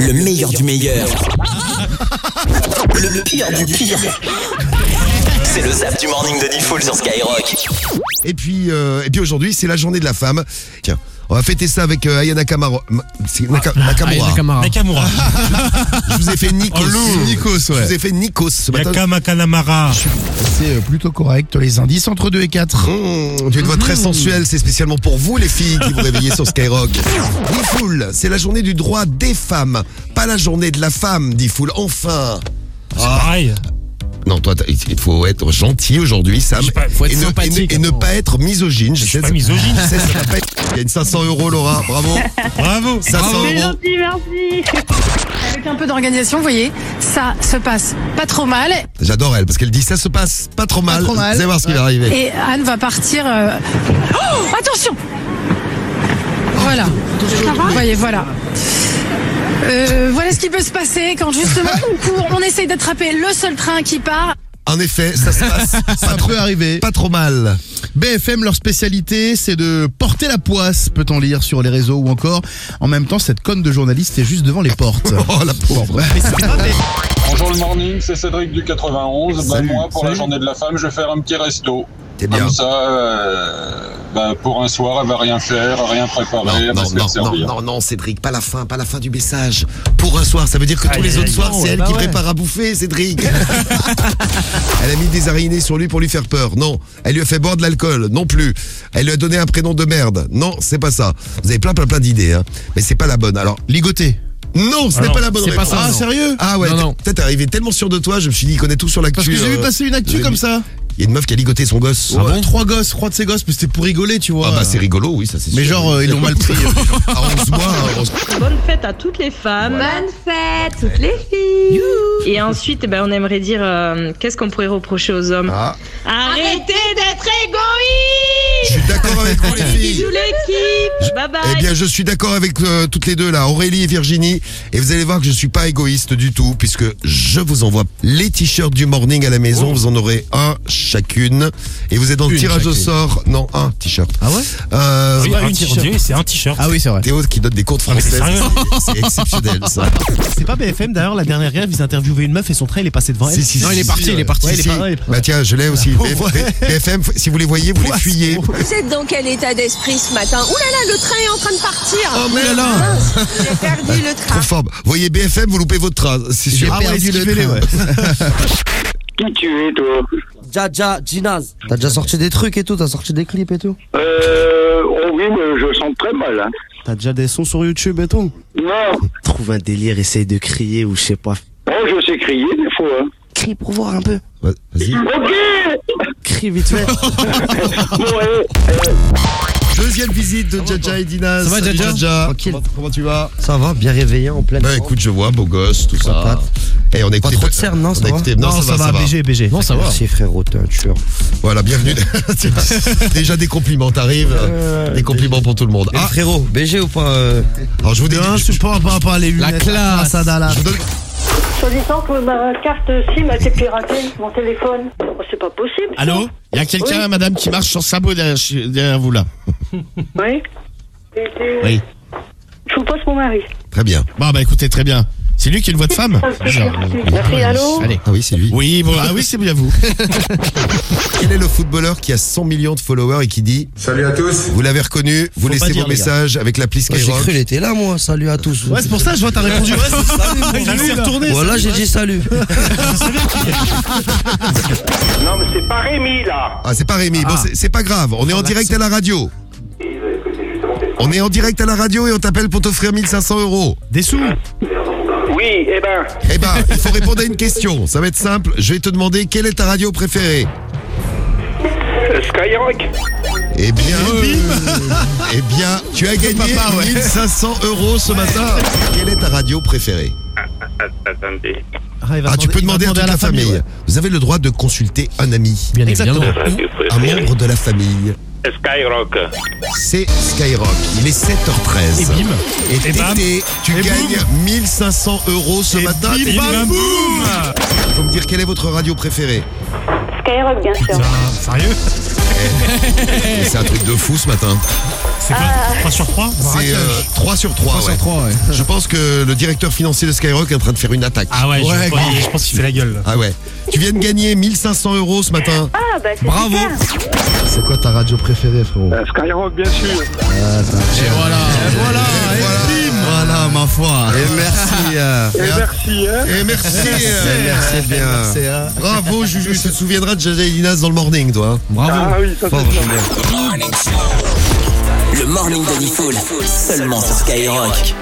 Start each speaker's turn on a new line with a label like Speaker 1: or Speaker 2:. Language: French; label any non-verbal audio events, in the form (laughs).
Speaker 1: Le meilleur du meilleur. Le pire du pire. C'est le zap du morning de Diffoul sur Skyrock.
Speaker 2: Et puis, euh, et puis aujourd'hui, c'est la journée de la femme. Tiens, on va fêter ça avec euh, Aya Nakamaro- Ma- c'est Naka-
Speaker 3: Ah,
Speaker 2: Nakamura.
Speaker 4: Nakamura.
Speaker 5: Nakamura.
Speaker 2: Je vous ai fait Nikos.
Speaker 5: Oh, lourd.
Speaker 2: Nikos, Je vous ai fait Nikos ce
Speaker 3: Bah,
Speaker 2: matin.
Speaker 3: Ah.
Speaker 5: Nakamakalamara.
Speaker 3: C'est euh, plutôt correct, les indices entre 2 et 4. (laughs)
Speaker 2: Mmh, tu es une voix très sensuelle, c'est spécialement pour vous les filles qui vous réveillez sur Skyrock. Diffoul, c'est la journée du droit des femmes, pas la journée de la femme, Diffoul, enfin
Speaker 5: C'est
Speaker 3: Ah.
Speaker 5: pareil.
Speaker 2: Non, toi, t'as- il il faut être gentil aujourd'hui, Sam.
Speaker 5: Je sais pas,
Speaker 4: faut être
Speaker 2: et, ne,
Speaker 4: sympathique,
Speaker 2: et ne- et ne
Speaker 4: avant.
Speaker 2: pas être misogyne. Je, sais,
Speaker 5: pas
Speaker 2: ça-
Speaker 5: misogyne.
Speaker 2: je sais, ça va pas être- Il gagne 500 euros, Laura. Bravo.
Speaker 5: Bravo.
Speaker 2: 500
Speaker 6: C'est
Speaker 2: euros.
Speaker 6: gentil, merci.
Speaker 7: Avec un peu d'organisation, vous voyez, ça se passe pas trop mal.
Speaker 2: J'adore elle parce qu'elle dit ça se passe pas trop mal.
Speaker 3: trop mal.
Speaker 2: Vous allez voir ce qui va arriver.
Speaker 7: Et Anne va partir. euh, Oh, attention Voilà. Vous voyez, voilà. Euh, voilà ce qui peut se passer quand justement on court, on essaye d'attraper le seul train qui part.
Speaker 2: En effet, ça se passe
Speaker 3: Ça peut arriver.
Speaker 2: pas trop mal.
Speaker 3: BFM, leur spécialité, c'est de porter la poisse, peut-on lire sur les réseaux ou encore. En même temps, cette conne de journaliste est juste devant les (laughs) portes.
Speaker 2: Oh la pauvre.
Speaker 8: Bonjour le morning, c'est Cédric du 91. Bah,
Speaker 2: Salut,
Speaker 8: moi, pour
Speaker 2: salut.
Speaker 8: la journée de la femme, je vais faire un petit resto.
Speaker 2: T'es bien.
Speaker 8: Comme ça, euh, bah, pour un soir, elle va rien faire, rien
Speaker 2: Non,
Speaker 8: préparer, elle va
Speaker 2: non,
Speaker 8: se faire
Speaker 2: non, non,
Speaker 8: servir.
Speaker 2: non, non, Cédric, pas la fin, pas la fin du message. Pour un soir, ça veut dire que tous
Speaker 5: Aïe,
Speaker 2: les
Speaker 5: aïe,
Speaker 2: autres
Speaker 5: aïe,
Speaker 2: soirs,
Speaker 5: non,
Speaker 2: c'est elle
Speaker 5: bah
Speaker 2: qui
Speaker 5: ouais.
Speaker 2: prépare à bouffer, Cédric. (laughs) elle a mis des araignées sur lui pour lui faire peur. Non. Elle lui a fait boire de l'alcool. Non plus. Elle lui a donné un prénom de merde. Non, c'est pas ça. Vous avez plein, plein, plein d'idées, hein. Mais c'est pas la bonne. Alors,
Speaker 3: Ligoté.
Speaker 2: non, ce n'est
Speaker 5: non,
Speaker 2: pas la bonne
Speaker 5: c'est pas
Speaker 2: réponse.
Speaker 5: ça,
Speaker 2: ah,
Speaker 5: non.
Speaker 2: sérieux Ah ouais,
Speaker 4: Non,
Speaker 2: t'es-
Speaker 4: non.
Speaker 2: peut-être t'es arrivé tellement sûr de toi, je me suis dit, il connaît tout sur l'actu.
Speaker 3: Parce que j'ai vu
Speaker 2: euh,
Speaker 3: passer une actu
Speaker 2: j'ai
Speaker 3: comme
Speaker 2: vu-
Speaker 3: ça.
Speaker 2: Il y a une meuf qui a ligoté son gosse.
Speaker 3: Ouais, trois gosses, trois de ces gosses, mais c'était pour rigoler, tu vois.
Speaker 2: Ah bah c'est rigolo, oui, ça c'est
Speaker 3: mais
Speaker 2: sûr. (laughs)
Speaker 3: genre, euh, ils l'ont mal pris.
Speaker 2: Ah, on se voit, on se-
Speaker 9: Bonne fête à toutes les femmes.
Speaker 10: Bonne fête, toutes les filles
Speaker 9: Et ensuite, ben, on aimerait dire euh, qu'est-ce qu'on pourrait reprocher aux hommes
Speaker 2: Ah.
Speaker 9: Arrêtez d'être égoïstes
Speaker 2: Je suis d'accord avec vous les filles.
Speaker 9: Bisous l'équipe Bye bye
Speaker 2: Eh bien, je suis d'accord avec euh, toutes les deux là, Aurélie et Virginie. Et vous allez voir que je suis pas égoïste du tout, puisque je vous envoie les t-shirts du morning à la maison. Vous en aurez un chacune. Et vous êtes dans le
Speaker 3: Oh. Une
Speaker 2: tirage au
Speaker 3: chacune.
Speaker 2: sort. Non, un t-shirt.
Speaker 3: ah Ah, ouais
Speaker 2: Euh,
Speaker 5: Oui,
Speaker 3: pas
Speaker 5: un
Speaker 3: un
Speaker 5: t-shirt,
Speaker 3: t-shirt.
Speaker 5: oui, c'est un t-shirt.
Speaker 3: Ah oui, c'est vrai.
Speaker 2: Théo qui donne des cours de
Speaker 5: mais c'est
Speaker 2: français.
Speaker 5: sérieux.
Speaker 2: C'est exceptionnel ça.
Speaker 3: (laughs)
Speaker 11: C'est pas BFM d'ailleurs, la dernière guerre, ils interviewaient une meuf et son train il est passé devant elle.
Speaker 2: Si, si,
Speaker 4: Non,
Speaker 2: si,
Speaker 4: il est
Speaker 2: si,
Speaker 4: parti,
Speaker 2: si,
Speaker 4: il est
Speaker 2: ouais.
Speaker 4: parti.
Speaker 2: Ouais,
Speaker 11: il est
Speaker 2: si.
Speaker 11: pareil.
Speaker 2: Bah tiens, je l'ai
Speaker 3: (laughs)
Speaker 2: aussi.
Speaker 11: Pauvre.
Speaker 2: BFM, si vous les voyez, vous les fuyez.
Speaker 10: Vous êtes dans quel état d'esprit ce matin Ouh là là, le train est en train de partir
Speaker 2: Oh, mais là là.
Speaker 5: Ah.
Speaker 10: Mince, J'ai perdu le train
Speaker 2: Trop fort. Voyez BFM, vous loupez votre train. C'est sûr.
Speaker 11: Ah
Speaker 3: J'ai perdu le
Speaker 2: esquivez-les,
Speaker 3: train.
Speaker 2: ouais.
Speaker 8: Qui tu es, toi
Speaker 11: Jaja, Ginaz. T'as déjà sorti des trucs et tout, t'as sorti des clips et tout.
Speaker 8: Euh, oh oui, mais je sens très mal. Hein.
Speaker 11: T'as déjà des sons sur YouTube et tout.
Speaker 8: Non,
Speaker 11: Trouve un délire, essaye de crier ou je sais pas.
Speaker 8: oh, je sais crier des fois. hein.
Speaker 11: Crie pour voir un peu.
Speaker 2: Ouais, Vas-y.
Speaker 8: Ok
Speaker 11: Crie vite fait.
Speaker 8: Bon, eh,
Speaker 2: Deuxième visite de (laughs) Jaja et Dinas.
Speaker 4: Ça va,
Speaker 2: Salut,
Speaker 4: Jaja
Speaker 11: Tranquille.
Speaker 2: Comment, comment tu vas
Speaker 11: Ça va, bien réveillé en pleine.
Speaker 2: Bah écoute, je vois, beau gosse, tout ça.
Speaker 11: Patate.
Speaker 2: Et on a écouté
Speaker 11: trop de cernes, non,
Speaker 2: on
Speaker 11: ça
Speaker 2: a
Speaker 11: va
Speaker 2: écouté- Non, ça, va, ça va.
Speaker 3: BG, BG.
Speaker 4: Non, ça va.
Speaker 11: Merci frérot, t'es un tueur.
Speaker 2: Voilà, (laughs) bienvenue. Tiens, Déjà des compliments, t'arrives. euh, des compliments pour tout le monde.
Speaker 11: Ah.
Speaker 2: Ah,
Speaker 11: Frérot, BG ou pas euh,
Speaker 2: alors je vous dis. je-
Speaker 3: support par rapport à les lunettes.
Speaker 4: classe.
Speaker 3: ça, là.
Speaker 2: je vous donne-
Speaker 6: Soi-disant que ma carte SIM a été piratée, mon téléphone. Oh, c'est pas possible. ça.
Speaker 3: Allô Il y a quelqu'un, madame, qui marche sur le sabot derrière, chez- derrière vous là.
Speaker 6: Oui. Et- et-
Speaker 3: Oui.
Speaker 6: Je vous passe mon mari.
Speaker 2: Très bien.
Speaker 3: Bon, bah écoutez, très bien. C'est lui qui est le voix de femme
Speaker 6: Merci, allô
Speaker 2: Allez. Ah oui, c'est lui.
Speaker 3: Oui, bon, ah oui, c'est bien vous.
Speaker 2: Quel est le footballeur qui a 100 millions de followers et qui dit
Speaker 8: Salut à tous
Speaker 2: Vous l'avez reconnu, vous
Speaker 3: pas
Speaker 2: laissez
Speaker 3: dire,
Speaker 2: vos
Speaker 3: les gars.
Speaker 2: messages avec l'appli
Speaker 11: J'ai
Speaker 2: Skyrock.
Speaker 11: cru, il était là moi. Salut à tous.
Speaker 3: (laughs) Ouais, c'est pour ça, je vois, t'as répondu. (laughs)
Speaker 11: Salut,
Speaker 3: Il s'est retourné.
Speaker 11: Voilà, j'ai
Speaker 2: (laughs)
Speaker 11: dit salut.
Speaker 8: Non, mais c'est pas Rémi, là
Speaker 2: Ah, c'est pas Rémi. Bon, c'est- c'est pas grave. On est en direct à la radio. On est en direct à la radio et on t'appelle pour t'offrir 1500 euros.
Speaker 3: Des sous.
Speaker 8: Oui, eh ben,
Speaker 2: Eh ben, il faut répondre à une question. Ça va être simple. Je vais te demander quelle est ta radio préférée.
Speaker 8: euh, Skyrock
Speaker 2: Eh bien, eh bien, tu as gagné
Speaker 3: Papa, ouais.
Speaker 2: 1500 euros ce matin. Quelle est ta radio préférée
Speaker 8: Attendez.
Speaker 2: Ah, tu peux demander à toute la famille. Vous avez le droit de consulter un ami,
Speaker 4: Bien
Speaker 3: Exactement.
Speaker 4: évidemment.
Speaker 2: un membre de la famille.
Speaker 8: Euh, Skyrock.
Speaker 2: C'est Skyrock. Il est 7h13.
Speaker 5: Et bim.
Speaker 2: Et
Speaker 5: Et bam.
Speaker 2: Tété, tu
Speaker 5: Et
Speaker 2: gagnes 1500 euros ce matin.
Speaker 5: bim,
Speaker 2: Tété.
Speaker 5: bam, boum.
Speaker 2: Faut me dire quelle est votre radio préférée
Speaker 6: Skyrock, bien sûr.
Speaker 5: Ah, sérieux
Speaker 2: Et C'est un truc de fou ce matin.
Speaker 5: C'est quoi 3 sur 3
Speaker 2: C'est euh, 3 sur 3.
Speaker 3: 3 Ah, sur 3, ouais.
Speaker 2: Je pense que le directeur financier de Skyrock est en train de faire une attaque.
Speaker 5: Ah ouais, je-
Speaker 3: Ouais,
Speaker 5: ouais,
Speaker 3: grave.
Speaker 5: je, pense qu'il fait la gueule. là.
Speaker 2: Ah ouais. Tu viens de gagner 1500 euros ce matin.
Speaker 6: Ah, bah, c'est
Speaker 2: Bravo.
Speaker 6: super.
Speaker 3: C'est quoi ta radio préférée, frérot
Speaker 8: Skyrock, bien sûr.
Speaker 3: Et voilà, et voilà, et
Speaker 2: voilà.
Speaker 3: bim Voilà, ma foi.
Speaker 2: Et merci. euh, et, à-
Speaker 8: merci, hein.
Speaker 2: et merci. euh, merci bien.
Speaker 3: C'est, euh,
Speaker 2: Bravo Juju, tu te souviendras de Jaja et Linas dans le morning toi. hein.
Speaker 6: Ah
Speaker 3: Bravo.
Speaker 8: oui, ça
Speaker 2: Fort Julien.
Speaker 1: Le morning de Diffoul, seulement sur Skyrock.